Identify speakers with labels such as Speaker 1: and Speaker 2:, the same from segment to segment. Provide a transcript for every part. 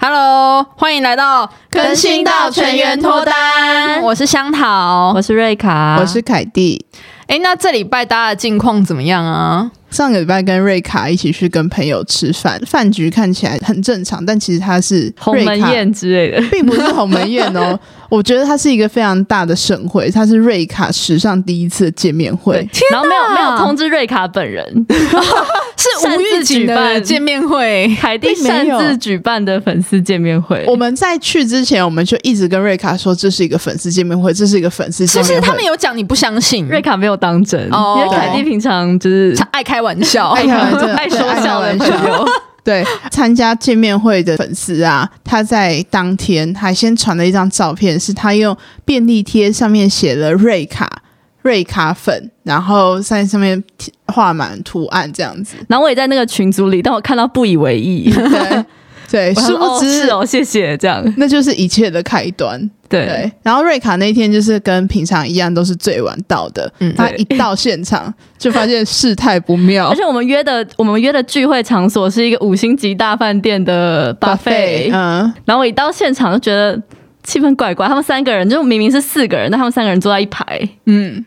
Speaker 1: Hello，欢迎来到
Speaker 2: 更新到全员脱单
Speaker 1: 我是香桃
Speaker 3: 我。是瑞卡，
Speaker 2: 我是凯蒂。
Speaker 1: 哎，那这礼拜大家的近况怎么样啊？
Speaker 2: 上个礼拜跟瑞卡一起去跟朋友吃饭，饭局看起来很正常，但其实他是
Speaker 3: 鸿门
Speaker 2: 瑞卡，
Speaker 3: 宴之类的。
Speaker 2: 并不是鸿门宴 哦。我觉得它是一个非常大的盛会，它是瑞卡史上第一次的见面会。
Speaker 3: 然后没有没有通知瑞卡本 人，
Speaker 1: 是无预警
Speaker 3: 擅自举
Speaker 1: 的
Speaker 3: 办
Speaker 1: 见面 会，
Speaker 3: 凯蒂
Speaker 2: 并没
Speaker 3: 擅
Speaker 2: 有
Speaker 3: 自举办的粉丝见面会。
Speaker 2: 我们在去之前，我们就一直跟瑞卡说，这是一个粉丝见面会，这是一个粉丝
Speaker 1: 是
Speaker 2: 见
Speaker 1: 不
Speaker 2: 面
Speaker 1: 是
Speaker 2: 会。
Speaker 1: 他们有讲你不相信？
Speaker 3: 瑞卡没有当真，
Speaker 1: 哦
Speaker 3: 因为凯蒂平常就是
Speaker 1: 他爱开玩 笑，
Speaker 3: 哎
Speaker 2: 爱开 玩笑，
Speaker 3: 哦爱
Speaker 2: 对
Speaker 3: 说笑的
Speaker 2: 爱
Speaker 3: 朋
Speaker 2: 开玩笑
Speaker 3: 友，
Speaker 2: 对，参加见面会的粉丝啊，他在当天还先传了一张照片，是他用便利贴上面写了瑞卡。瑞卡粉，然后在上面贴画满图案这 样子，
Speaker 3: 然后我也在那个群组里，但我看到不以为 意，
Speaker 2: 对对，
Speaker 3: 我想
Speaker 2: 殊
Speaker 3: 说
Speaker 2: 不
Speaker 3: 哦
Speaker 2: 知、
Speaker 3: 是哦，谢谢这样。
Speaker 2: 那就是一切的开端。
Speaker 3: 对，
Speaker 2: 对，然后瑞卡那天就是跟平常一样，都是最晚到的。
Speaker 1: 嗯
Speaker 2: 他
Speaker 3: 对
Speaker 2: 一到现场就发现事态不 妙
Speaker 3: 而，且我们约的我们约的聚会场所是一个五星级大饭店的 buffet，
Speaker 2: 嗯，
Speaker 3: 然后我一到现场就觉得气氛怪怪，他们三个人就明明是四个人，但他们三个人坐在一排，
Speaker 2: 嗯，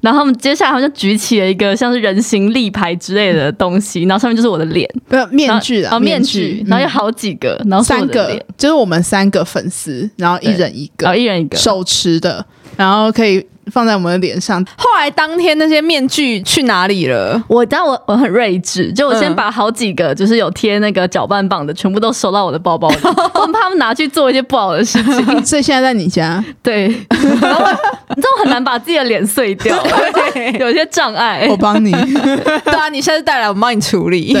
Speaker 3: 然后他们接下来他们就举起了一个像是人形立牌之类的东西，然后上面就是我的脸，
Speaker 2: 呃，面
Speaker 3: 然后
Speaker 2: 具
Speaker 3: 哦
Speaker 2: 啊，
Speaker 3: 面
Speaker 2: 具
Speaker 3: 具，，然后
Speaker 2: 嗯
Speaker 3: 有好几个，然后是我
Speaker 2: 三
Speaker 3: 的
Speaker 2: 个
Speaker 3: 脸，
Speaker 2: 就是我们三个粉丝，然后一人一
Speaker 3: 然后
Speaker 2: 个
Speaker 3: 一人一个，
Speaker 2: 手持的，然后可以放在我们的脸 上。
Speaker 1: 后来当天那些面具去哪里了？
Speaker 3: 我但我我很睿智，就我先
Speaker 1: 嗯
Speaker 3: 把好几个就是有贴那个搅拌棒的，全部都收到我的包 包里，我很怕他们拿去做一些不好的事情。
Speaker 2: 所以现在在你家，
Speaker 3: 对， 然后我你知道我很难把自己的脸碎掉， 有一些障碍。
Speaker 2: 我帮 你。
Speaker 1: 对啊，你下次带来，我帮你处理。
Speaker 2: 对，，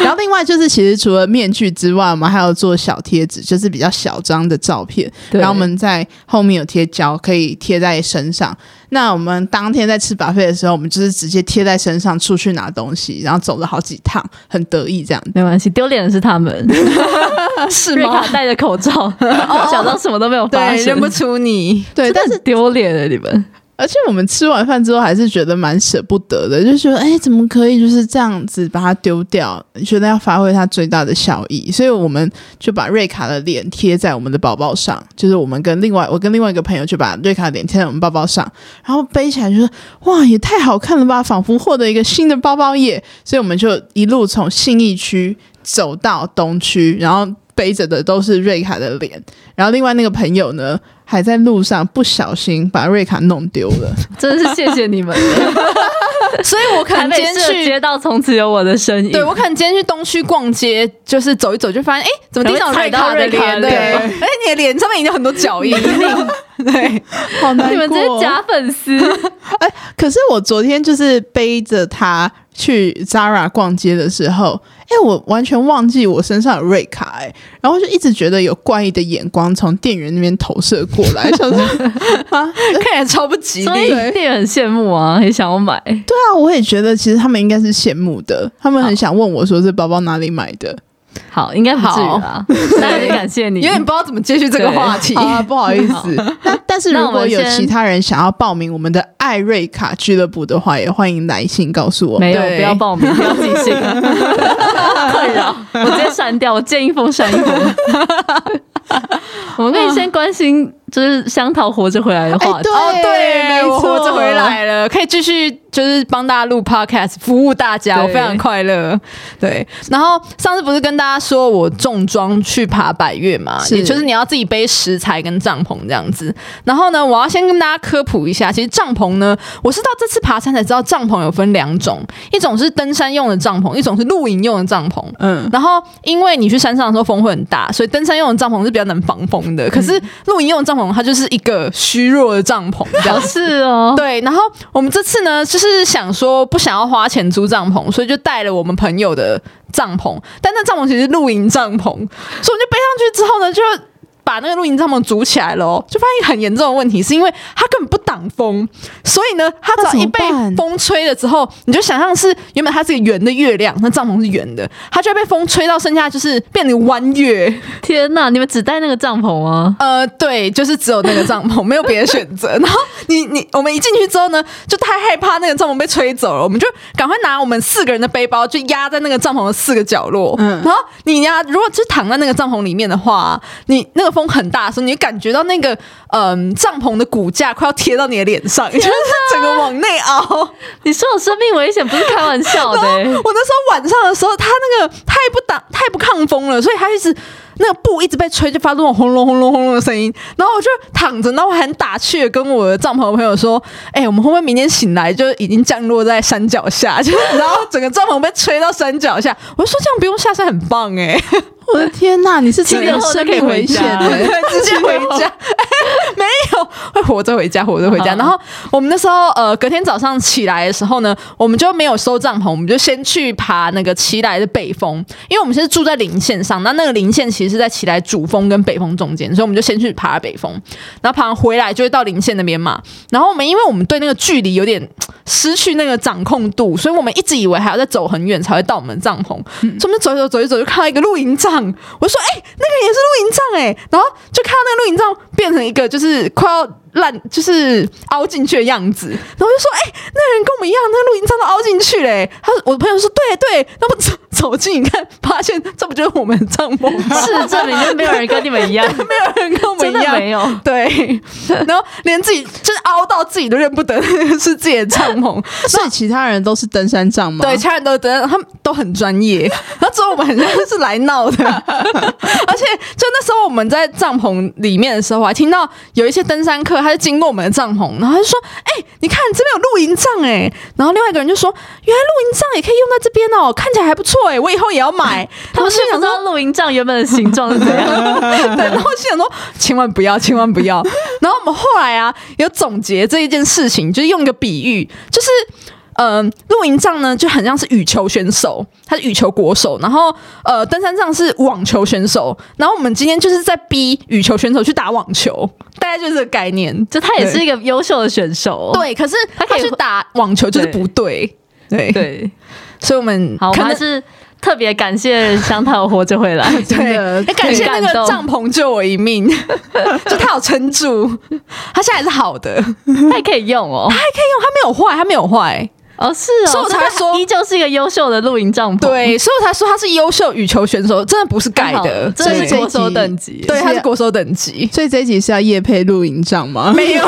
Speaker 2: 然后另外就是，其实除了面具之外，我们还有做小贴纸，就是比较小张的照片。
Speaker 3: 对
Speaker 2: 然后我们在后面有贴胶，可以贴在身上。那我们当天在吃把费的时候，我们就是直接贴在身上，出去拿东西，然后走了好几趟，很得意这样。
Speaker 3: 没关系，丢脸的是他们。
Speaker 1: 是
Speaker 3: 瑞
Speaker 1: 吗
Speaker 3: 卡？戴着口罩，假装什么都没有发
Speaker 1: 对，
Speaker 3: 生，
Speaker 1: 认不出你。
Speaker 2: 对，
Speaker 3: 真的
Speaker 2: 但是
Speaker 3: 很丢脸的你们。
Speaker 2: 而且我们吃完饭之后还是觉得蛮舍不得的，就觉得哎，诶怎么可以就是这样子把它丢掉？觉得要发挥它最大的效益，所以我们就把瑞卡的脸贴在我们的包包上，就是我们跟另外我跟另外一个朋友就把瑞卡的脸贴在我们包包上，然后背起来就说哇，也太好看了吧，仿佛获得一个新的包包耶！所以我们就一路从信义区走到东区，然后背着的都是瑞卡的脸，然后另外那个朋友呢。还在路上不小心把瑞卡弄丢了，
Speaker 3: 真的是谢谢 你们，
Speaker 1: 所以我可
Speaker 3: 台
Speaker 1: 能
Speaker 3: 北
Speaker 1: 今天
Speaker 3: 市的
Speaker 1: 去
Speaker 3: 街道从此有我的身影。
Speaker 1: 对我可能今天去东区逛街，就是走一走就发现，哎、怎么地上有瑞卡的
Speaker 3: 可能会踩
Speaker 1: 脸？
Speaker 3: 到
Speaker 1: 对，
Speaker 3: 瑞卡
Speaker 1: 而
Speaker 3: 的
Speaker 1: 且你的脸上面已经有很多脚印。 对，
Speaker 2: 好 难
Speaker 3: 你们这
Speaker 2: 过
Speaker 3: 些假粉丝，
Speaker 2: 可是我昨天就是背着它去 Zara 逛街的时候，哎、我完全忘记我身上有瑞卡、诶然后就一直觉得有怪异的眼光从店员那边投射过 来，想说啊，
Speaker 1: 看起来超不吉
Speaker 3: 所以
Speaker 1: 利。
Speaker 3: 店员很羡慕啊，很想要买。
Speaker 2: 对啊，我也觉得其实他们应该是羡慕的，他们很想问我说这包包哪里买的。
Speaker 3: 好，应该不至于啦。那很感谢你，
Speaker 1: 有点不知道怎么接续这个话题
Speaker 2: 好。 啊，不好意思。那但是
Speaker 3: 那
Speaker 2: 如
Speaker 3: 我们
Speaker 2: 果有
Speaker 3: 先
Speaker 2: 其他人想要报名我们的爱瑞卡俱乐部的话，也欢迎来信告诉我。
Speaker 3: 没有，
Speaker 1: 对
Speaker 3: 不要报名，不要寄信，困扰。我直接删掉，我见一封删一封。我们可以先关心，就是香桃活着回来的
Speaker 2: 哎、
Speaker 3: 话题
Speaker 2: 对、。
Speaker 1: 哦，
Speaker 2: 没
Speaker 1: 对，
Speaker 2: 错
Speaker 1: 我活着回来了，可以继续就是帮大家录 podcast，服务大家，
Speaker 3: 对
Speaker 1: 我非常快乐。对，然后上次不是跟大家说我重装去爬百越嘛，
Speaker 2: 是
Speaker 1: 也就是你要自己背食材跟帐篷这样子。然后呢，我要先跟大家科普一下，其实帐篷呢，我是到这次爬山才知道帐篷有分两种，一种是登山用的帐篷，一种是露营用的帐篷。
Speaker 2: 嗯，
Speaker 1: 然后，因为你去山上的时候风会很大，所以登山用的帐篷是比较能防风的。可是露营用的帐篷，它就是一个虚弱的帐篷，这样
Speaker 3: 好
Speaker 1: 子。
Speaker 3: 是哦，
Speaker 1: 对，然后我们这次呢，就是想说不想要花钱租帐篷，所以就带了我们朋 友的帐篷，但那帐篷其实是露营帐篷，所以我们就背上去之后呢，就把那个露营帐篷组起来了哦，就发现很严重的问题，是因为它根本不挡风，所以呢，它只
Speaker 2: 那
Speaker 1: 要
Speaker 2: 怎么
Speaker 1: 一被
Speaker 2: 办
Speaker 1: 风吹了之后，你就想象是原本它是个圆的月亮，那帐篷是圆的，它就会被风吹到剩下就是变成弯月。
Speaker 3: 天哪，你们只带那个帐篷吗？
Speaker 1: 呃，对，就是只有那个帐篷，没 有别的选择。然后你你我们一进去之后呢，就太害怕那个帐篷被吹走了，我们就赶快拿我们四个人的背包，就压在那个帐篷的四个角落。
Speaker 2: 嗯
Speaker 1: 然后你呀，如果就躺在那个帐篷里面的话，你那个风很大的时候，你就感觉到那个嗯、帐篷的骨架快要贴到你的脸上，就是整个往内凹。。
Speaker 3: 你说有生命危险不是开玩笑的、欸
Speaker 1: 我那时候晚上的时候，它那个太不挡、太不抗风了，所以它一直那个布一直被吹，就发出那种轰隆轰隆轰隆的声音。然后我就躺着，然后我很打趣的跟我的帐篷的朋友说：“ 哎、我们会不会明天醒来就已经降落在山脚下？ 就是然后整个帐篷被吹到山脚下。”我就说：“这样不用下山，很棒哎、
Speaker 2: 我的天呐，你是
Speaker 3: 七
Speaker 2: 真的
Speaker 3: 年
Speaker 2: 有
Speaker 3: 后就
Speaker 2: 生
Speaker 3: 可以
Speaker 2: 命
Speaker 3: 回
Speaker 2: 危
Speaker 3: 家
Speaker 2: 险
Speaker 3: 了
Speaker 2: 的。
Speaker 1: 对，直接回家，哎 没有会活着回家，活着回家。
Speaker 3: 嗯
Speaker 1: 然后我们那时候呃，隔天早上起来的时候呢，我们就没有收帐篷，我们就先去爬那个奇来的北峰，因为我们是住在林线上，那那个林线其实是在奇来主峰跟北峰中间，所以我们就先去爬了北峰，然后爬完回来就会到林线那边嘛。然后我们因为我们对那个距离有点失去那个掌控度，所以我们一直以为还要再走很远才会到我们的帐篷。所以我们走一走走一走，就看到一个露营帐，我就说：“哎、那个也是露营帐哎、然后就看到那个露营帐变成一个就是快要烂，就是凹进去的样子。然后我就说：“哎、那个人跟我们一样，那个露营帐都凹进去嘞、他说我的朋友说：“对对。”那么走走近一看，发现这不就是我们的帐篷吗？
Speaker 3: 是证明就没有人跟你们一样，
Speaker 1: 没有人跟我们
Speaker 3: 真
Speaker 1: 一
Speaker 3: 的
Speaker 1: 样，
Speaker 3: 没有。
Speaker 1: 对，然后连自己就是凹到自己都认不得是自己的帐篷，
Speaker 2: 所以其他人都是登山杖吗？
Speaker 1: 对，其他人都等他们都很专业， 然后之后我们很像是来闹的， 而且就那时候我们在帐篷里面的时候，我还听到有一些登山客，他就经过我们的帐篷，然后他就说：“哎、你看这边有露营帐哎、然后另外一个人就说：“原来露营帐也可以用在这边哦，看起来还不错哎、我以后也要买。”
Speaker 3: 他
Speaker 1: 然
Speaker 3: 们
Speaker 1: 后
Speaker 3: 是
Speaker 1: 心
Speaker 3: 不
Speaker 1: 想
Speaker 3: 知
Speaker 1: 说
Speaker 3: 道露营帐原本的形状是怎 样，
Speaker 1: 对，然后我心想说，千万不要，千万不要。然后我们后来啊，有总结这一件事情，就是用一个比喻，就是。嗯，露营帐呢就很像是羽球选手，他是羽球国手，然后呃，登山杖是网球选手，然后我们今天就是在逼羽球选手去打网球，大概就是这个概念。
Speaker 3: 就他也是一个优秀的选手。哦
Speaker 1: 对，可是
Speaker 3: 他
Speaker 1: 他
Speaker 3: 可以
Speaker 1: 去打网球就是不对，对，
Speaker 3: 对，
Speaker 1: 所以我们
Speaker 3: 好，我
Speaker 1: 可
Speaker 3: 们还
Speaker 1: 能
Speaker 3: 是特别感谢香桃活着回来。
Speaker 2: 真
Speaker 1: 对，
Speaker 2: 的
Speaker 1: 也感谢那
Speaker 3: 很感
Speaker 1: 个
Speaker 3: 动
Speaker 1: 帐篷救我一命，就他有撑住，他现在还是好的。
Speaker 3: 他还可以用哦。
Speaker 1: 他没有坏，他没有坏，
Speaker 3: 哦，是哦，
Speaker 1: 所以我才
Speaker 3: 所以他
Speaker 1: 说
Speaker 3: 依旧是一个优秀的露营帐篷，
Speaker 1: 对，所以我才说他是优秀羽球选手，真的不是
Speaker 3: 太
Speaker 1: 盖
Speaker 3: 好了，
Speaker 1: 的，
Speaker 3: 真的
Speaker 1: 对
Speaker 3: 是国手
Speaker 2: 所以
Speaker 3: 等级。
Speaker 1: 对，
Speaker 2: 是
Speaker 1: 他是国手等级。
Speaker 2: 所以这一集是要夜配露营杖 吗？
Speaker 1: 没 有，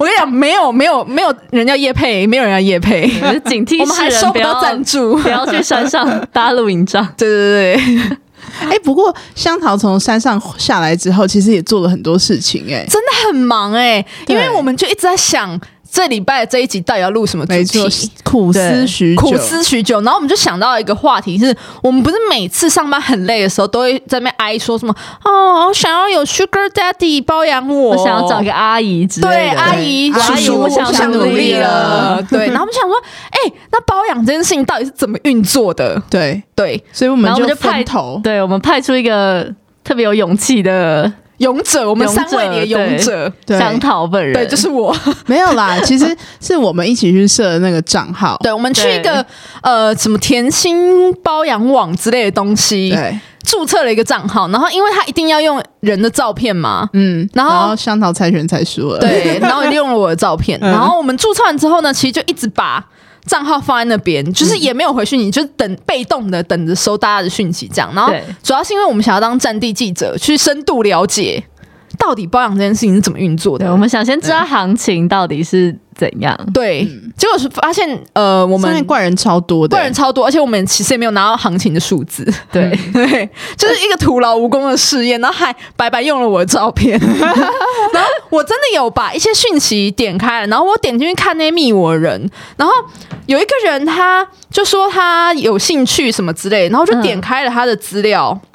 Speaker 1: 我跟你讲，没有，没有，没有人要叶配，没有人要叶配，
Speaker 3: 就是警惕
Speaker 1: 我们还
Speaker 3: 世
Speaker 1: 收
Speaker 3: 人
Speaker 1: 不
Speaker 3: 不
Speaker 1: 到
Speaker 3: 要
Speaker 1: 赞助。。
Speaker 3: 不要去山上搭露营帐
Speaker 1: 对对对，
Speaker 2: 哎、不过香桃从山上下来之后，其实也做了很多事情、哎，
Speaker 1: 真的很忙哎、因为
Speaker 2: 对
Speaker 1: 我们就一直在想这礼拜这一集到底要录什么主
Speaker 2: 没
Speaker 1: 题
Speaker 2: 错。，苦思许久，
Speaker 1: 苦思许久，然后我们就想到一个话题是，我们不是每次上班很累的时候都会在那边哀说什么哦，我想要有 Sugar Daddy 包养我，
Speaker 3: 我
Speaker 2: 哦
Speaker 3: 想要找个阿姨之类的，
Speaker 1: 对阿姨
Speaker 2: 对
Speaker 1: 叔
Speaker 2: 阿姨
Speaker 1: 叔，
Speaker 2: 我
Speaker 1: 想
Speaker 2: 想努力
Speaker 1: 了
Speaker 2: 了。
Speaker 1: 对，然后我们想说，哎、那保养这件事情到底是怎么运作的？
Speaker 2: 对，
Speaker 1: 对，
Speaker 2: 所以我
Speaker 3: 然
Speaker 2: 们
Speaker 3: 后我们就派
Speaker 2: 分头，
Speaker 3: 对我们派出一个特别有勇气的
Speaker 1: 勇者，我们三位里的勇
Speaker 3: 勇
Speaker 1: 者
Speaker 3: 者，
Speaker 2: 对
Speaker 3: 香桃本人，
Speaker 1: 对，就是我。
Speaker 2: 没有啦，其实是我们一起去设的那个账号，
Speaker 1: 对，我们去一个呃，什么甜心包养网之类的东西，
Speaker 2: 对，
Speaker 1: 注册了一个账号，然后因为他一定要用人的照片嘛，
Speaker 2: 嗯，
Speaker 1: 然后嗯
Speaker 2: 香桃猜拳猜输了，
Speaker 1: 哦 对，然后利用了我的照片，然后我们注册完之后呢，其实就一直把。账号放在那边，就是也没有回讯息，就等被动的等着收大家的讯息这样。然后
Speaker 3: 对
Speaker 1: 主要是因为我们想要当战地记者，去深度了解到底包养这件事情是怎么运作
Speaker 3: 对，
Speaker 1: 的。
Speaker 3: 我们想先知道行情到底是怎样。
Speaker 1: 对，结果是发现呃，我
Speaker 2: 我
Speaker 1: 们
Speaker 2: 们怪人超多的，
Speaker 1: 怪人超多，而且我们其实也没有拿到行情的数字，
Speaker 3: 对，
Speaker 1: 对，就是一个徒劳无功的试验，然后还白白用了我的照 片。然后我真的有把一些讯息点开了，然后我点进去看那些密我的人，然后有一个人他就说他有兴趣什么之类，然后我就点开了他的资料，
Speaker 3: 嗯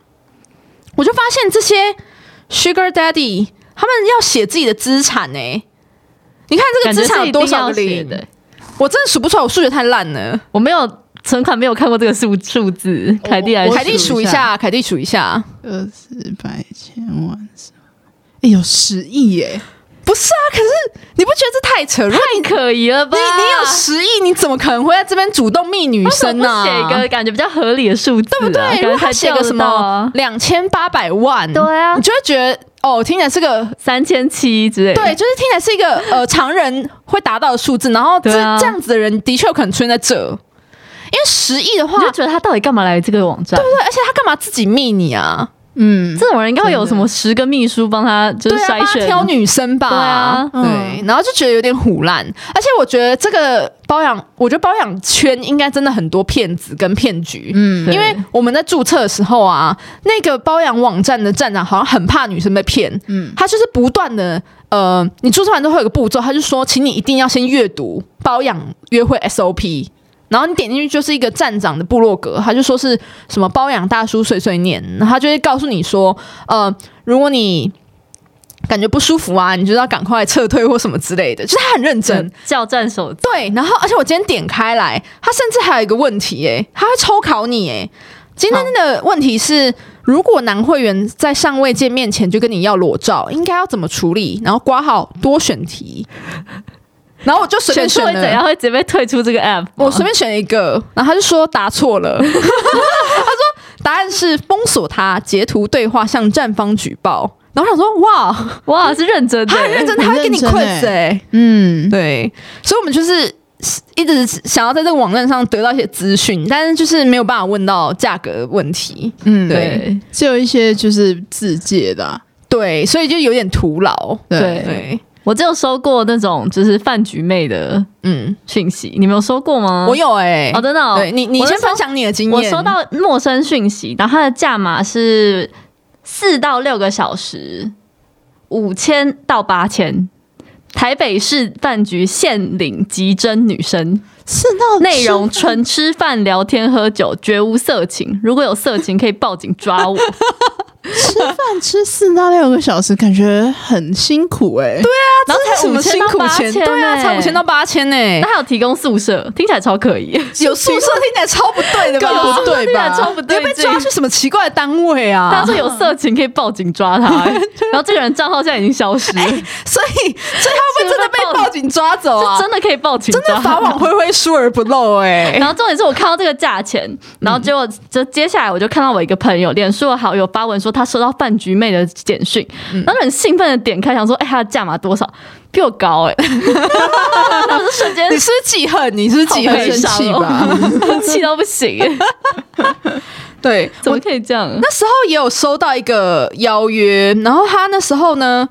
Speaker 1: 我就发现这些 Sugar Daddy 他们要写自己的资产呢、你看这
Speaker 3: 感
Speaker 1: 个资
Speaker 3: 觉是
Speaker 1: 产
Speaker 3: 一
Speaker 1: 有
Speaker 3: 定
Speaker 1: 多少
Speaker 3: 要
Speaker 1: 个
Speaker 3: 写
Speaker 1: 零？
Speaker 3: 的。
Speaker 1: 我真的数不出来，我数学太烂了。
Speaker 3: 我没有存款，没有看过这个数数字。凯蒂来，
Speaker 2: 我
Speaker 1: 凯蒂数一
Speaker 2: 数一
Speaker 1: 下，凯蒂数一下，
Speaker 2: 二四百千万。哎有十亿耶！
Speaker 1: 不是啊，可是你不觉得这太扯？如果
Speaker 3: 太可疑了吧？
Speaker 1: 你你有十亿，你怎么可能会在这边主动觅女
Speaker 3: 为什
Speaker 1: 生
Speaker 3: 么
Speaker 1: 呢、
Speaker 2: 啊
Speaker 3: 不写一个感觉比较合理的数字、啊，对不
Speaker 1: 对，如
Speaker 3: 感
Speaker 1: 果
Speaker 3: 觉
Speaker 1: 他
Speaker 3: 才
Speaker 1: 写个什么两千八百万，
Speaker 3: 对啊
Speaker 1: 你就会觉得哦，听起来是个
Speaker 3: 三千七之类的，
Speaker 1: 对，就是听起来是一个呃常人会达到的数字，然后这、
Speaker 3: 对啊
Speaker 1: 这样子的人的确可能出现在这，因为十亿的话，
Speaker 3: 你
Speaker 1: 对
Speaker 3: 就觉得他到底干嘛来这个网站？
Speaker 1: 不对？而且他干嘛自己密你啊？
Speaker 2: 嗯，
Speaker 3: 这种人应该会有什么十个秘书帮他就是
Speaker 1: 对啊，
Speaker 3: 筛
Speaker 1: 帮他
Speaker 3: 选，
Speaker 1: 挑女生吧？
Speaker 3: 对啊
Speaker 1: 对
Speaker 2: 嗯
Speaker 1: 然后就觉得有点虎烂，而且我觉得这个包养，我觉得包养圈应该真的很多骗子跟骗局，
Speaker 2: 嗯
Speaker 3: 对
Speaker 1: 因为我们在注册的时候啊，那个包养网站的站长好像很怕女生被骗，
Speaker 2: 嗯
Speaker 1: 他就是不断的呃，你注册完之后会有个步骤，他就说，请你一定要先阅读包养约会 SOP。然后你点进去就是一个站长的部落格，他就说是什么包养大叔碎碎念，然后他就会告诉你说，呃，如果你感觉不舒服啊，你就要赶快撤退或什么之类的，就是他很认真，
Speaker 3: 整叫战手机，
Speaker 1: 对，然后而且我今天点开来，它甚至还有一个问题、欸，它会抽考你、欸，今天的问题是，如果男会员在尚未见面前就跟你要裸照，应该要怎么处理？然后挂号多选题，然后我就随便
Speaker 3: 选出
Speaker 1: 选
Speaker 3: 会
Speaker 1: 了，
Speaker 3: 怎样会直接被退出这个 app？
Speaker 1: 我随便选一个，然后他就说答错了， 他说答案是封锁他，截图对话向站方举报。然后我想说，哇，
Speaker 3: 哇是认真的，
Speaker 1: 他很啊认真，他会给你
Speaker 2: 很认
Speaker 1: quiz
Speaker 2: 真欸
Speaker 1: 哎、
Speaker 2: 嗯，
Speaker 1: 对，所以我们就是一直想要在这个网站上得到一些资讯，但是就是没有办法问到价格的问题。
Speaker 2: 嗯，
Speaker 1: 对
Speaker 3: 对
Speaker 2: 只有一些就是自介的啊，
Speaker 1: 对，所以就有点徒劳。
Speaker 2: 对
Speaker 3: 对
Speaker 1: 对，
Speaker 3: 我只有收过那种就是饭局妹的
Speaker 1: 嗯，
Speaker 3: 讯息，你没有收过吗？
Speaker 1: 我有哎、
Speaker 3: 哦，真的、哦，
Speaker 1: 对你，你
Speaker 3: 我那
Speaker 1: 先
Speaker 3: 时候
Speaker 1: 分享你的经验。
Speaker 3: 我收到陌生讯息，然后它的价码是四到六个小时，五千到八千。台北市饭局现领急征女生，
Speaker 2: 是那
Speaker 3: 内容纯吃饭、聊天、喝酒，绝无色情。如果有色情，可以报警抓 我。
Speaker 2: 吃饭吃四到六个小时，感觉很辛苦哎、对啊，
Speaker 1: 然后
Speaker 3: 这
Speaker 1: 才
Speaker 3: 才
Speaker 1: 什么
Speaker 3: 5000
Speaker 1: 辛
Speaker 3: 到
Speaker 1: 苦钱？
Speaker 3: 8000
Speaker 1: 对啊，
Speaker 3: 欸
Speaker 1: 才五千到八千呢
Speaker 3: 那。还有提供宿舍，听起来超 可疑。
Speaker 1: 有宿舍听起来超不对 的吧？
Speaker 2: 更不
Speaker 3: 听
Speaker 2: 对吧
Speaker 3: 起来超不
Speaker 1: 你
Speaker 3: 对
Speaker 1: 会被
Speaker 3: 劲
Speaker 1: 抓。去什么奇怪的单位
Speaker 3: 他
Speaker 1: 啊？
Speaker 3: 说有色情可以报警 抓他、欸然后这个人账号现在已经消失了，
Speaker 1: 所以，所以他会不会真的被报警抓走啊
Speaker 3: 是？真的可以报警
Speaker 1: 真
Speaker 3: 抓
Speaker 1: 的
Speaker 3: 他
Speaker 1: 法网恢恢，疏而不漏哎、
Speaker 3: 然后重点是我看到这个价钱，然后结
Speaker 1: 嗯
Speaker 3: 果就接下来我就看到我一个朋友，脸书的好友发文说他收到饭局妹的简讯，
Speaker 1: 嗯
Speaker 3: 然后就很兴奋的点开，想说哎、他的价码多少？比我高 哎、 然后我就瞬间
Speaker 1: 你是不是记恨？你是不是记
Speaker 3: 好
Speaker 1: 恨
Speaker 3: 悲
Speaker 1: 生
Speaker 3: 伤
Speaker 1: 气
Speaker 3: 哦
Speaker 1: 吧？
Speaker 3: 气到不行、欸，
Speaker 1: 对，
Speaker 3: 怎么可以这样？
Speaker 1: 那时候也有收到一个邀约，然后他那时候呢，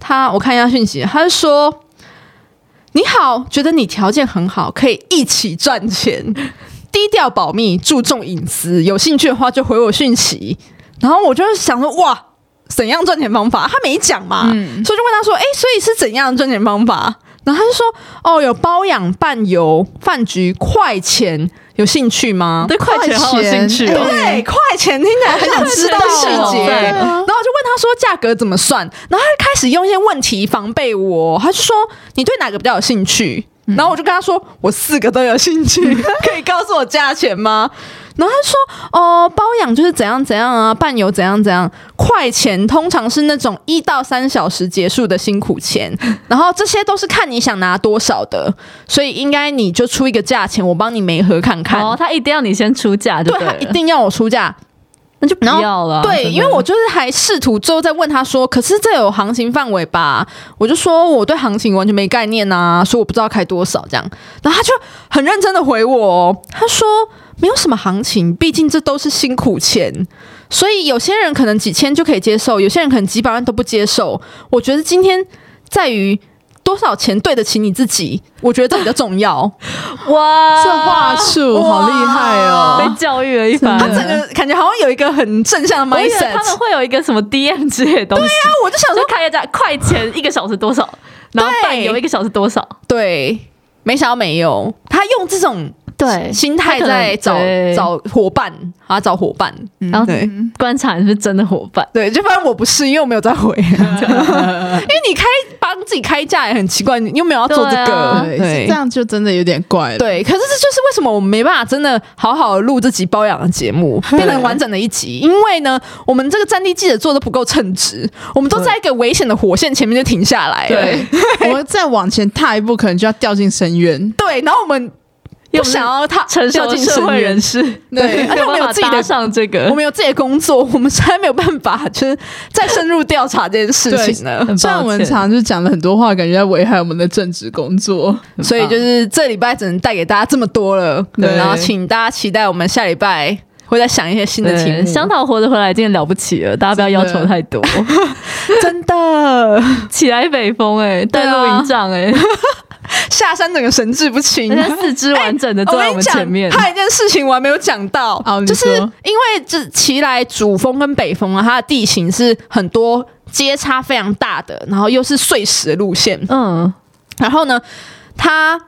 Speaker 1: 他我看一下讯息，他是说：“你好，觉得你条件很好，可以一起赚钱， 低调保密，注重隐私，有兴趣的话就回我讯息。”然后我就想说：“哇，怎样赚钱方法？”他没讲嘛，所以就问他说：“哎、所以是怎样的赚钱方法？”然后他就说：“哦，有包养、伴游、饭局、快钱，有兴趣吗？”
Speaker 3: 对快钱好有兴趣哦、
Speaker 1: 对，快钱听起来很想知道细节。
Speaker 3: 对啊
Speaker 1: 然后我就问他说价格怎么算，然后他就开始用一些问题防备我，他就说你对哪个比较有兴趣？然后我就跟他说我四个都有兴趣， 可以告诉我价钱吗？然后他就说哦、包养就是怎样怎样啊，伴游怎样怎样，快钱通常是那种一到三小时结束的辛苦 钱，然后这些都是看你想拿多少的，所以应该你就出一个价钱，我帮你媒合看看。
Speaker 3: 哦，他一定要你先出价，
Speaker 1: 对
Speaker 3: 对
Speaker 1: 他
Speaker 3: 了
Speaker 1: 一定要我出价，
Speaker 3: 那就不
Speaker 1: 然后
Speaker 3: 要了。
Speaker 1: 对，
Speaker 3: 真的
Speaker 1: 因为我就是还试图之后再问他说，可是这有行情范围吧？我就说我对行情完全没概念啊，所以我不知道开多少这样。然后他就很认真的回我哦、他说没有什么行情，毕竟这都是辛苦钱。所以有些人可能几千就可以接受，有些人可能几百万都不接受。我觉得今天在于多少钱对得起你自己，我觉得这比较重要。
Speaker 3: 哇，
Speaker 2: 这话术好厉害
Speaker 3: 被
Speaker 2: 哦！
Speaker 3: 教育了一番。
Speaker 1: 他整个感觉好像有一个很正向的
Speaker 3: 我以为
Speaker 1: mindset，
Speaker 3: 他们会有一个什么 DM 之类的东西，
Speaker 1: 啊我就想说
Speaker 3: 就开个价，快钱一个小时多少，然后
Speaker 1: 对
Speaker 3: 伴游一个小时多少，
Speaker 1: 对，没想到没有，他用这种
Speaker 3: 对
Speaker 1: 心态在找
Speaker 3: 对
Speaker 1: 找伙伴啊，找伙伴。
Speaker 3: 然后
Speaker 1: 对
Speaker 3: 观察你是不是真的伙伴。
Speaker 1: 对，就发现我不是，因为我没有在回。因为你开八帮自己开价也很奇怪，你又没有要做这
Speaker 3: 对
Speaker 1: 个
Speaker 3: 啊，
Speaker 2: 对，这样就真的有点怪了。
Speaker 1: 对，可是这就是为什么我们没办法真的好好地录这集包养的节 目，变成完整的一集，因为呢，我们这个战地记者做的不够称职，我们都在一个危险的火线前面就停下来了。
Speaker 3: 对，
Speaker 2: 我们再往前踏一步，可能就要掉进深渊。
Speaker 1: 对，然后我们不想要他
Speaker 3: 成
Speaker 1: 掉
Speaker 3: 熟
Speaker 1: 进
Speaker 3: 社会人
Speaker 1: 人，
Speaker 3: 士，
Speaker 1: 对而且我们
Speaker 3: 没
Speaker 1: 有
Speaker 3: 办法
Speaker 1: 自己的
Speaker 3: 搭上这个
Speaker 1: 我，们有自己的工作，我们实在没有办法，就是再深入调查这件事情了。
Speaker 3: 很抱歉
Speaker 2: 虽然我们常常就讲了很多话，感觉在危害我们的正职工作。
Speaker 1: 所以就是这礼拜只能带给大家这么多了，
Speaker 2: 对
Speaker 1: 然后请大家期待我们下礼拜会再想一些新的题
Speaker 3: 对，
Speaker 1: 目，
Speaker 3: 香桃活得回来已经很了不起了，大家不要要求太多。
Speaker 1: 真的
Speaker 3: 起来北风哎、带
Speaker 1: 对啊
Speaker 3: 露营杖哎，
Speaker 1: 下山整个神志不清
Speaker 3: 人。家四肢完整的
Speaker 1: 我
Speaker 3: 坐
Speaker 1: 跟
Speaker 3: 在我
Speaker 1: 你
Speaker 3: 们
Speaker 1: 讲
Speaker 3: 前面，
Speaker 1: 还有一件事情我还没有讲到，
Speaker 2: 哦你
Speaker 1: 就是
Speaker 2: 说
Speaker 1: 因为这奇来主峰跟北峰啊，它的地形是很多接差非常大的，然后又是碎石的路线，
Speaker 3: 嗯，
Speaker 1: 然后呢，它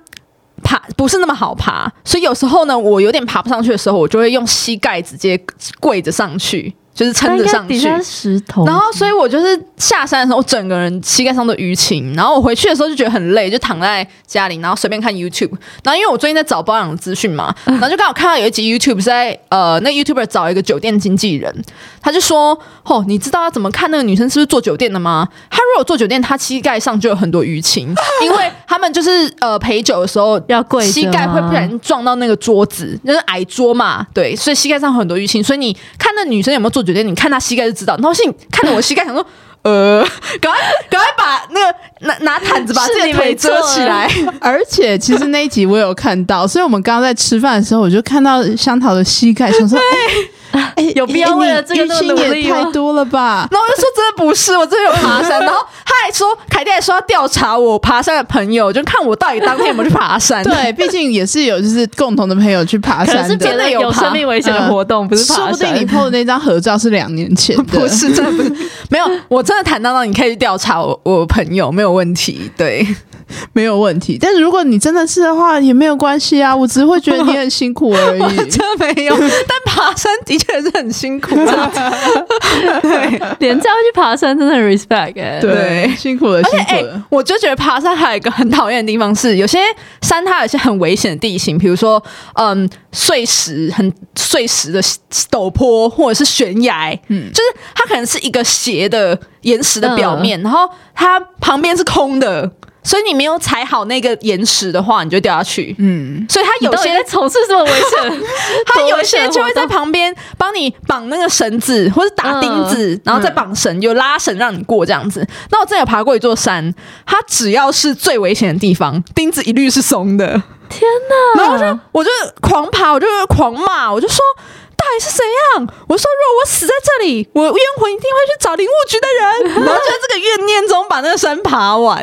Speaker 1: 爬不是那么好爬，所以有时候呢，我有点爬不上去的时候，我就会用膝盖直接跪着上去，就是撑
Speaker 3: 但应
Speaker 1: 着
Speaker 3: 该
Speaker 1: 上
Speaker 3: 底
Speaker 1: 去。
Speaker 3: 下是石头，
Speaker 1: 然后，所以我就是下山的时候，我整个人膝盖上都淤青。然后我回去的时候就觉得很累，就躺在家里，然后随便看 YouTube。然后因为我最近在找保养的资讯嘛，然后就刚好看到有一集 YouTube 是在呃，那 YouTuber 找一个酒店经纪人，他就说：“哦，你知道要怎么看那个女生是不是做酒店的吗？她如果做酒店，她膝盖上就有很多淤青，因为他们就是呃陪酒的时候
Speaker 3: 要跪着吗
Speaker 1: 膝盖会不小心撞到那个桌子，就是矮桌嘛，对，所以膝盖上很多淤青。所以你看那女生有没有做酒店，你看她膝盖就知道。然后是你 看着我膝盖，想说，呃，赶快赶快把那个拿拿毯子把
Speaker 3: 是
Speaker 1: 自己
Speaker 3: 你
Speaker 1: 的腿
Speaker 3: 没
Speaker 1: 遮
Speaker 3: 错
Speaker 1: 起来。
Speaker 2: 而且其实那一集我有看到，所以我们刚刚在吃饭的时候，我就看到香桃的膝盖，想说， 哎、哎
Speaker 3: 有必要
Speaker 2: 哎你
Speaker 3: 为了这个
Speaker 2: 淤
Speaker 3: 那么努
Speaker 2: 青
Speaker 3: 力
Speaker 2: 也
Speaker 3: 吗
Speaker 2: 太多了吧？
Speaker 1: 然后我就说真的不是，我真的有爬山。然后他还说，凯蒂还说要调查我爬山的朋友，就看我到底当天有没有去爬山。
Speaker 2: 对，毕竟也是有就是共同的朋友去爬
Speaker 3: 可能
Speaker 2: 山
Speaker 3: 是别
Speaker 1: 真的
Speaker 3: 的
Speaker 1: 有
Speaker 3: 有
Speaker 1: 爬
Speaker 3: 生命危险的活动，不是
Speaker 2: 说
Speaker 3: 爬
Speaker 2: 不定
Speaker 3: 山
Speaker 2: 你。PO 的那张合照是两年 前的，
Speaker 1: 不是真的不是，没有，我真的坦荡荡，你可以去调查我我朋友，没有问题。对，
Speaker 2: 没有问题。但是如果你真的是的话，也没有关系啊，我只是会觉得你很辛苦而 已。
Speaker 1: 真的没有，但爬山的确是很辛苦啊。
Speaker 3: 连这样去爬山真的很 respect 哎、
Speaker 1: 对
Speaker 2: 辛苦了，
Speaker 1: 而且，
Speaker 2: 辛
Speaker 1: 哎、
Speaker 2: 苦了。
Speaker 1: 我就觉得爬山还有一个很讨厌的地方是，有些山它有一些很危险的地形，比如说，嗯，碎石、很碎石的陡坡，或者是悬崖，嗯，就是它可能是一个斜的岩石的表面，然后它旁边是空的，所以你没有踩好那个岩石的话，你就掉下去。
Speaker 2: 嗯，
Speaker 1: 所以它
Speaker 3: 你
Speaker 1: 有
Speaker 3: 到底
Speaker 1: 些
Speaker 3: 在从事什么危险？
Speaker 1: 他
Speaker 3: 多
Speaker 1: 有
Speaker 3: 危
Speaker 1: 一些
Speaker 3: 险的
Speaker 1: 就会
Speaker 3: 活
Speaker 1: 在
Speaker 3: 动
Speaker 1: 旁边帮你绑那个绳子，或者打钉子，然后再绑绳，有拉绳让你过这样子。那我之前有爬过一座山，它只要是最危险的地方，钉子一律是松的。
Speaker 3: 天哪！
Speaker 1: 然后我就我就狂爬，我就狂骂，我就说。到底是怎样？我说，如果我死在这里，我冤魂一定会去找林务局的 人。然后就在这个怨念中把那个山爬完，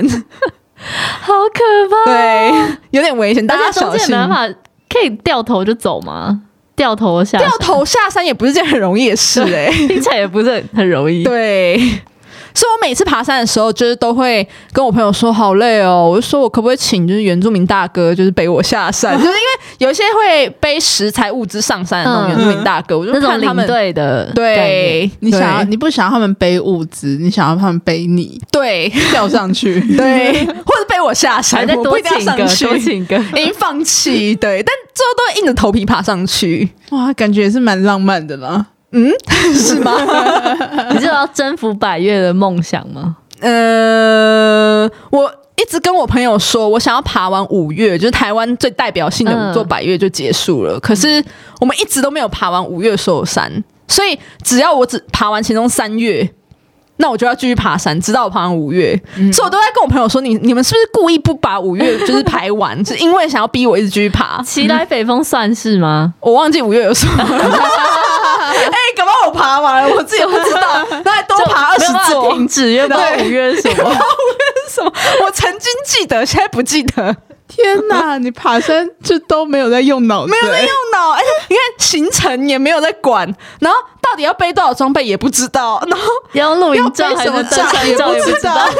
Speaker 3: 好可怕！
Speaker 1: 对，有点危险，大家
Speaker 3: 而且中
Speaker 1: 小
Speaker 3: 间也
Speaker 1: 心
Speaker 3: 没。办法，可以掉头就走吗？掉头下山
Speaker 1: 掉头下山也不是件很容易的事哎、
Speaker 3: 听起来也不是很很容易。
Speaker 1: 对， 所以我每次爬山的时候，就是都会跟我朋友说好累哦，我就说我可不可以请就是原住民大哥，就是背我下山，就是因为有一些会背食材物资上山的那种原住民大哥，我就
Speaker 3: 嗯那种
Speaker 1: 看他
Speaker 3: 领
Speaker 1: 们。
Speaker 3: 队的概念，
Speaker 1: 对，
Speaker 2: 你想要，
Speaker 1: 对
Speaker 2: 你不想要他们背物资，你想要他们背你
Speaker 1: 对
Speaker 2: 掉上去。
Speaker 1: 对，或者背我下
Speaker 3: 还
Speaker 1: 山，
Speaker 3: 再
Speaker 1: 我不
Speaker 3: 多
Speaker 1: 一定要
Speaker 3: 请
Speaker 1: 上
Speaker 3: 个，多
Speaker 1: 去，
Speaker 3: 请个。
Speaker 1: 已经放弃。对，但最后都会硬着头皮爬上 去，
Speaker 2: 哇，感觉也是蛮浪漫的啦。
Speaker 1: 是吗？
Speaker 3: 你知道征服百越的梦想 吗？
Speaker 1: 呃，我一直跟我朋友说，我想要爬完五月，就是台湾最代表性的五座百月就结束了。可是我们一直都没有爬完五月所有山，所以只要我只爬完其中三月。那我就要继续爬山，直到我爬完五月。
Speaker 3: 嗯
Speaker 1: 所以我都在跟我朋友说，你你们是不是故意不把五月就是排完，是因为想要逼我一直继续爬？
Speaker 3: 骑来北风算是吗？
Speaker 1: 我忘记五月有什么了。 哎、搞不好我爬完了，我自己也不知道。那还多爬二
Speaker 3: 没
Speaker 1: 十
Speaker 3: 有办法
Speaker 1: 座，
Speaker 3: 停止，因为不知道
Speaker 1: 对
Speaker 3: 五月是什么。
Speaker 1: 什么？我曾经记得，现在不记得，
Speaker 2: 天 哪，你爬山就都没有在用脑子，
Speaker 1: 没有在用脑。而且你看行程也没有在管，然后到底要背多少装备也不知道，然后
Speaker 3: 要露
Speaker 1: 要
Speaker 3: 营
Speaker 1: 背
Speaker 3: 杖还
Speaker 1: 什
Speaker 3: 是
Speaker 1: 么
Speaker 3: 登
Speaker 1: 杖
Speaker 3: 山
Speaker 1: 也
Speaker 3: 杖也
Speaker 1: 不
Speaker 3: 不
Speaker 1: 知
Speaker 3: 知
Speaker 1: 道
Speaker 3: 道。。
Speaker 1: 而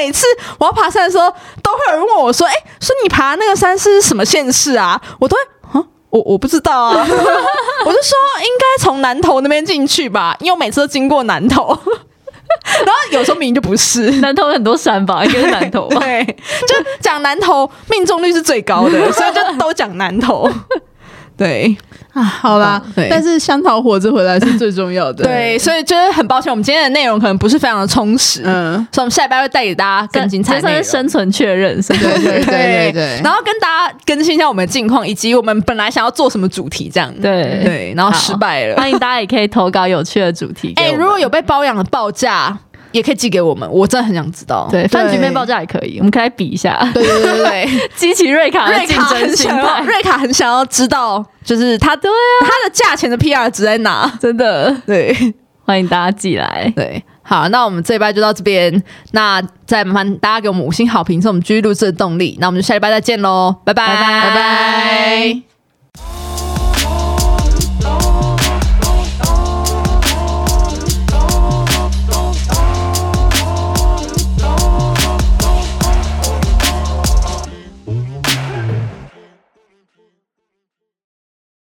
Speaker 1: 且每次我要爬山的时候，都会有人问我说：“哎、说你爬那个山是什么县市啊？”我都会啊。我我不知道啊，我 就说应该从南头那边进去吧，因为我每次都经过南头， 然后有时候明明就不是。
Speaker 3: 南投有很多山吧，应该是南投吧。
Speaker 1: 对，就讲南投命中率是最高 的，所以就都讲南投。对
Speaker 2: 啊，好啦
Speaker 1: 嗯，对
Speaker 2: 但是香桃活着回来是最重要的。
Speaker 1: 对，，所以就是很抱歉，我们今天的内容可能不是非常的充实，
Speaker 2: 嗯，
Speaker 1: 所以我们下礼拜会带给大家更精彩
Speaker 3: 这
Speaker 1: 的内
Speaker 3: 算
Speaker 1: 容
Speaker 3: 是。生存确认，是吧
Speaker 2: 对对对对对。
Speaker 1: 然后跟大家更新一下我们的近况，以及我们本来想要做什么主题这样。
Speaker 3: 对哎
Speaker 1: 对，然后失败了。
Speaker 3: 欢迎大家也可以投稿有趣的主题给
Speaker 1: 哎、
Speaker 3: 我们。
Speaker 1: 如果有被包养的报价，也可以寄给我们，我真的很想知道。
Speaker 3: 对饭局
Speaker 2: 对
Speaker 3: 面报价也可以，我们可以来比一下，
Speaker 1: 对对对 对，
Speaker 3: 激起瑞卡啊的
Speaker 1: 瑞
Speaker 3: 竞
Speaker 1: 卡
Speaker 3: 争
Speaker 1: 很
Speaker 3: 心
Speaker 1: 想要，
Speaker 3: 态。
Speaker 1: 瑞卡很想要知道，就是他对啊，他的价钱的 PR 值在哪？
Speaker 3: 真的，
Speaker 1: 对
Speaker 3: 欢迎大家寄来。
Speaker 1: 对，好，那我们这一拜就到这边，那再麻烦大家给我们五星好评，是我们继续录制的动力。那我们就下礼拜再见喽，拜拜
Speaker 3: 拜拜
Speaker 2: 拜。